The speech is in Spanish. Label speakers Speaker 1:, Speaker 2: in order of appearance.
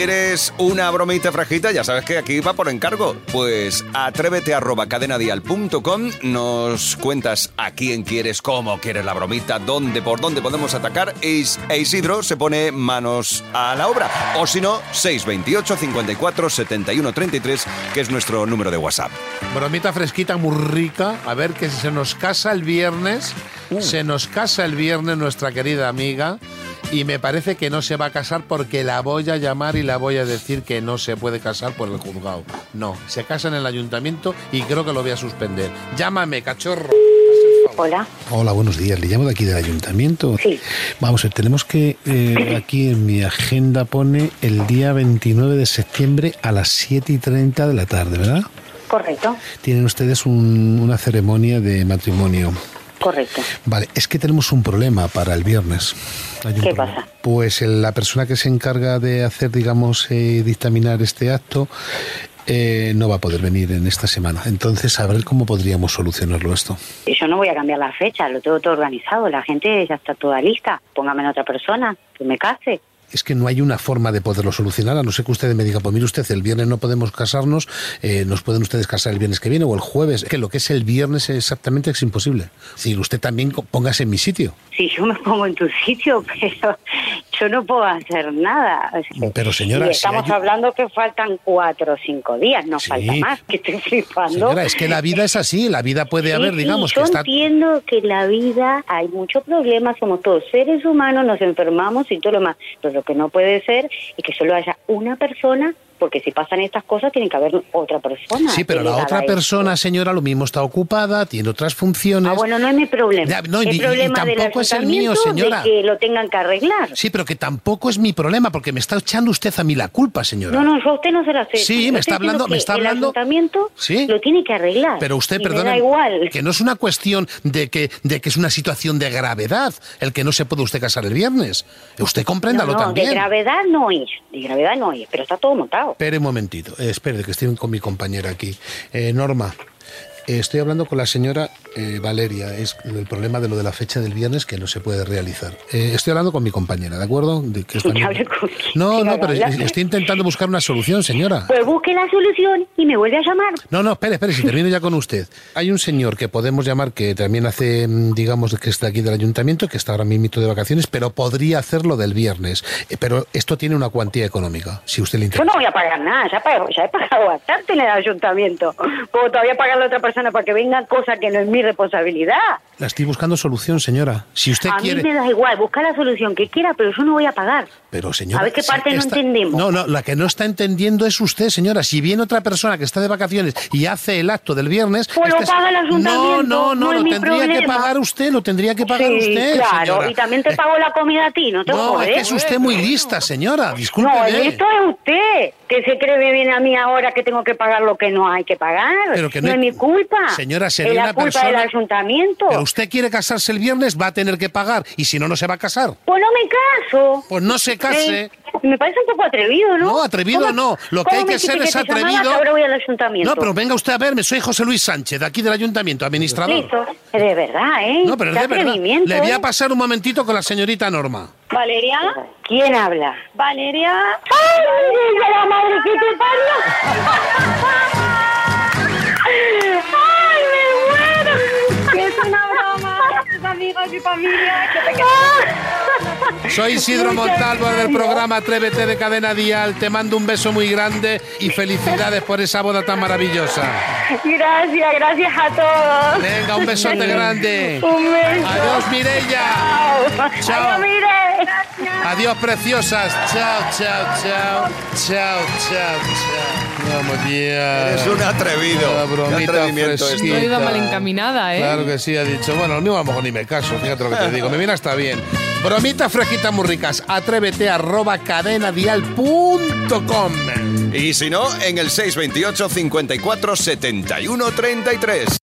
Speaker 1: ¿Quieres una bromita frajita? Ya sabes que aquí va por encargo. Pues atrévete arroba cadenadial.com. Nos cuentas a quién quieres, cómo quieres la bromita, dónde, por dónde podemos atacar. E Is- e Isidro se pone manos a la obra. O si no, 628 54 71 33, que es nuestro número de WhatsApp.
Speaker 2: Bromita fresquita, muy rica. A ver que se nos casa el viernes. Se nos casa el viernes nuestra querida amiga. Y me parece que no se va a casar porque la voy a llamar y la voy a decir que no se puede casar por el juzgado. No, se casa en el ayuntamiento y creo que lo voy a suspender. Llámame, cachorro.
Speaker 3: Hola.
Speaker 4: Hola, buenos días. Le llamo de aquí del ayuntamiento.
Speaker 3: Sí.
Speaker 4: Vamos, a ver, tenemos que eh, aquí en mi agenda pone el día 29 de septiembre a las 7 y 30 de la tarde, ¿verdad?
Speaker 3: Correcto,
Speaker 4: Tienen ustedes un- una ceremonia de matrimonio.
Speaker 3: correcto.
Speaker 4: Vale, es que tenemos un problema para el viernes. Hay un
Speaker 3: ¿Qué
Speaker 4: problema.
Speaker 3: pasa?
Speaker 4: Pues el- la persona que se encarga de hacer, digamos, eh, dictaminar este acto eh, no va a poder venir en esta semana. Entonces, a ver cómo podríamos solucionarlo esto.
Speaker 3: Eh, Yo no voy a cambiar la fecha, lo tengo todo organizado, la gente ya está toda lista. Póngame en otra persona, que me case.
Speaker 4: Es que no hay una forma de poderlo solucionar, a no ser que usted me diga, pues mire usted, el viernes no podemos casarnos, eh, nos pueden ustedes casar el viernes que viene o el jueves, que lo que es el viernes exactamente es imposible. Si usted también co- póngase en mi sitio,
Speaker 3: Si yo me pongo en tu sitio, pero yo no puedo hacer nada. O sea,
Speaker 4: Pero, señora,
Speaker 3: y
Speaker 4: si
Speaker 3: estamos
Speaker 4: hay-
Speaker 3: hablando que faltan cuatro o cinco días, no
Speaker 4: Sí.
Speaker 3: falta más, que estoy flipando.
Speaker 4: señora, es que la vida es así, la vida puede
Speaker 3: Sí,
Speaker 4: haber,
Speaker 3: sí,
Speaker 4: digamos,
Speaker 3: yo
Speaker 4: que está...
Speaker 3: entiendo que en la vida hay muchos problemas, somos todos seres humanos, nos enfermamos y todo lo demás. Pero lo que no puede ser es que solo haya una persona, porque si pasan estas cosas tiene que haber otra persona.
Speaker 4: Sí, pero la
Speaker 3: delegada a
Speaker 4: otra
Speaker 3: esto.
Speaker 4: persona, señora, lo mismo está ocupada, tiene otras funciones.
Speaker 3: Ah, bueno, no es mi problema.
Speaker 4: Ya, no, y-
Speaker 3: el
Speaker 4: y- y
Speaker 3: problema del
Speaker 4: tampoco es el mío,
Speaker 3: ayuntamiento
Speaker 4: señora.
Speaker 3: De que lo tengan que arreglar.
Speaker 4: Sí, pero que tampoco es mi problema, porque me está echando usted a mí la culpa, señora.
Speaker 3: No, no, yo a usted no se la sé.
Speaker 4: Sí,
Speaker 3: Yo
Speaker 4: me
Speaker 3: estoy
Speaker 4: está hablando-
Speaker 3: diciendo
Speaker 4: me
Speaker 3: que
Speaker 4: está hablando-
Speaker 3: El ayuntamiento
Speaker 4: Sí.
Speaker 3: lo tiene que arreglar.
Speaker 4: Pero usted,
Speaker 3: y me
Speaker 4: perdone,
Speaker 3: da igual.
Speaker 4: que no es una cuestión de que, de que es una situación de gravedad el que no se puede usted casar el viernes. Usted compréndalo
Speaker 3: no, no,
Speaker 4: también.
Speaker 3: De gravedad no es, de gravedad no es, pero está todo montado.
Speaker 4: Espere un momentito, eh, espere, que estoy con mi compañera aquí. Eh, Norma, eh, estoy hablando con la señora eh, Valeria, es el problema de lo de la fecha del viernes que no se puede realizar. Eh, estoy hablando con mi compañera, ¿de acuerdo? De que es
Speaker 3: ¿Y que
Speaker 4: también-
Speaker 3: hable con quién?
Speaker 4: no, no,
Speaker 3: Claro,
Speaker 4: pero
Speaker 3: habla.
Speaker 4: estoy intentando buscar una solución, señora.
Speaker 3: Pues busque la solución y me vuelve a llamar.
Speaker 4: No, no, espere, espere, si termino ya con usted. Hay un señor que podemos llamar que también hace, mm, digamos, que está aquí del ayuntamiento, que está ahora mismo de vacaciones, pero podría hacerlo del viernes. Eh, Pero esto tiene una cuantía económica, si usted le
Speaker 3: Yo
Speaker 4: interesa.
Speaker 3: no voy a pagar nada, ya, pago- ya he pagado bastante en el ayuntamiento. Puedo todavía pagarle a otra persona para que venga, cosa que no es mi responsabilidad.
Speaker 4: La estoy buscando solución, señora. Si usted
Speaker 3: A
Speaker 4: quiere...
Speaker 3: mí me da igual, busca la solución que quiera, pero yo no voy a pagar.
Speaker 4: Pero, señora...
Speaker 3: A ver qué
Speaker 4: si
Speaker 3: parte no entendemos.
Speaker 4: No, no, la que no está entendiendo es usted, señora. Si viene otra persona que está de vacaciones y hace el acto del viernes... este
Speaker 3: Pues lo paga el
Speaker 4: No,
Speaker 3: ayuntamiento,
Speaker 4: no, no,
Speaker 3: no es
Speaker 4: lo
Speaker 3: mi
Speaker 4: tendría que
Speaker 3: problema.
Speaker 4: pagar usted, lo tendría que pagar
Speaker 3: sí,
Speaker 4: usted,
Speaker 3: claro,
Speaker 4: señora.
Speaker 3: y también te
Speaker 4: Eh,
Speaker 3: pago la comida a ti, no te
Speaker 4: No,
Speaker 3: jodes.
Speaker 4: es que es usted muy lista, señora. Discúlpeme.
Speaker 3: No, esto es usted, que se cree que viene a mí ahora que tengo que pagar lo que no hay que pagar.
Speaker 4: Pero que no
Speaker 3: no,
Speaker 4: hay-
Speaker 3: es mi culpa.
Speaker 4: Señora, sería
Speaker 3: es la
Speaker 4: una
Speaker 3: culpa del
Speaker 4: persona-
Speaker 3: ayuntamiento.
Speaker 4: Pero usted quiere casarse el viernes, va a tener que pagar. Y si no, no se va a casar.
Speaker 3: Pues no me caso.
Speaker 4: Pues no se case.
Speaker 3: Eh, me parece un poco atrevido, ¿no?
Speaker 4: No, atrevido
Speaker 3: ¿Cómo-
Speaker 4: no. Lo que
Speaker 3: cómo
Speaker 4: hay
Speaker 3: me
Speaker 4: que
Speaker 3: dijiste
Speaker 4: ser es
Speaker 3: te llamabas?
Speaker 4: atrevido.
Speaker 3: Ahora voy al ayuntamiento.
Speaker 4: No, pero venga usted a verme. Soy José Luis Sánchez, de aquí del ayuntamiento, administrador.
Speaker 3: Listo. De verdad, ¿eh?
Speaker 4: No, pero es
Speaker 3: Qué
Speaker 4: de verdad.
Speaker 3: atrevimiento,
Speaker 4: Le voy a
Speaker 3: ¿eh?
Speaker 4: pasar un momentito con la señorita Norma.
Speaker 5: Valeria,
Speaker 3: ¿Quién habla?
Speaker 5: Valeria,
Speaker 3: ¡Ay, de la madre que te parió! ¡Ay, me muero!
Speaker 5: que es una broma, tus amigos y familia, que te
Speaker 4: Soy Isidro Montalvo del programa Atrévete de Cadena Dial. Te mando un beso muy grande y felicidades por esa boda tan maravillosa.
Speaker 3: Ah,
Speaker 5: Gracias, gracias a todos.
Speaker 4: Venga, un besote grande.
Speaker 5: Un beso.
Speaker 4: Adiós, Mirella. Chao.
Speaker 5: Adiós, mire. Gracias.
Speaker 4: Adiós, preciosas. Chao, chao, chao. Chao, chao, chao. Vamos, tía.
Speaker 1: Es un
Speaker 4: Una
Speaker 1: atrevido. Qué
Speaker 4: Ah, bromita
Speaker 1: atrevimiento este. esto.
Speaker 4: fresquita.
Speaker 6: No iba mal encaminada, ¿eh?
Speaker 4: Claro que sí, ha dicho. Bueno, lo mismo a lo mejor ni me caso, fíjate lo que te digo. Me viene hasta bien. Bromitas fresquitas muy ricas. Atrévete arroba cadenadial.com.
Speaker 1: Y si no, en el 628 54 71 33.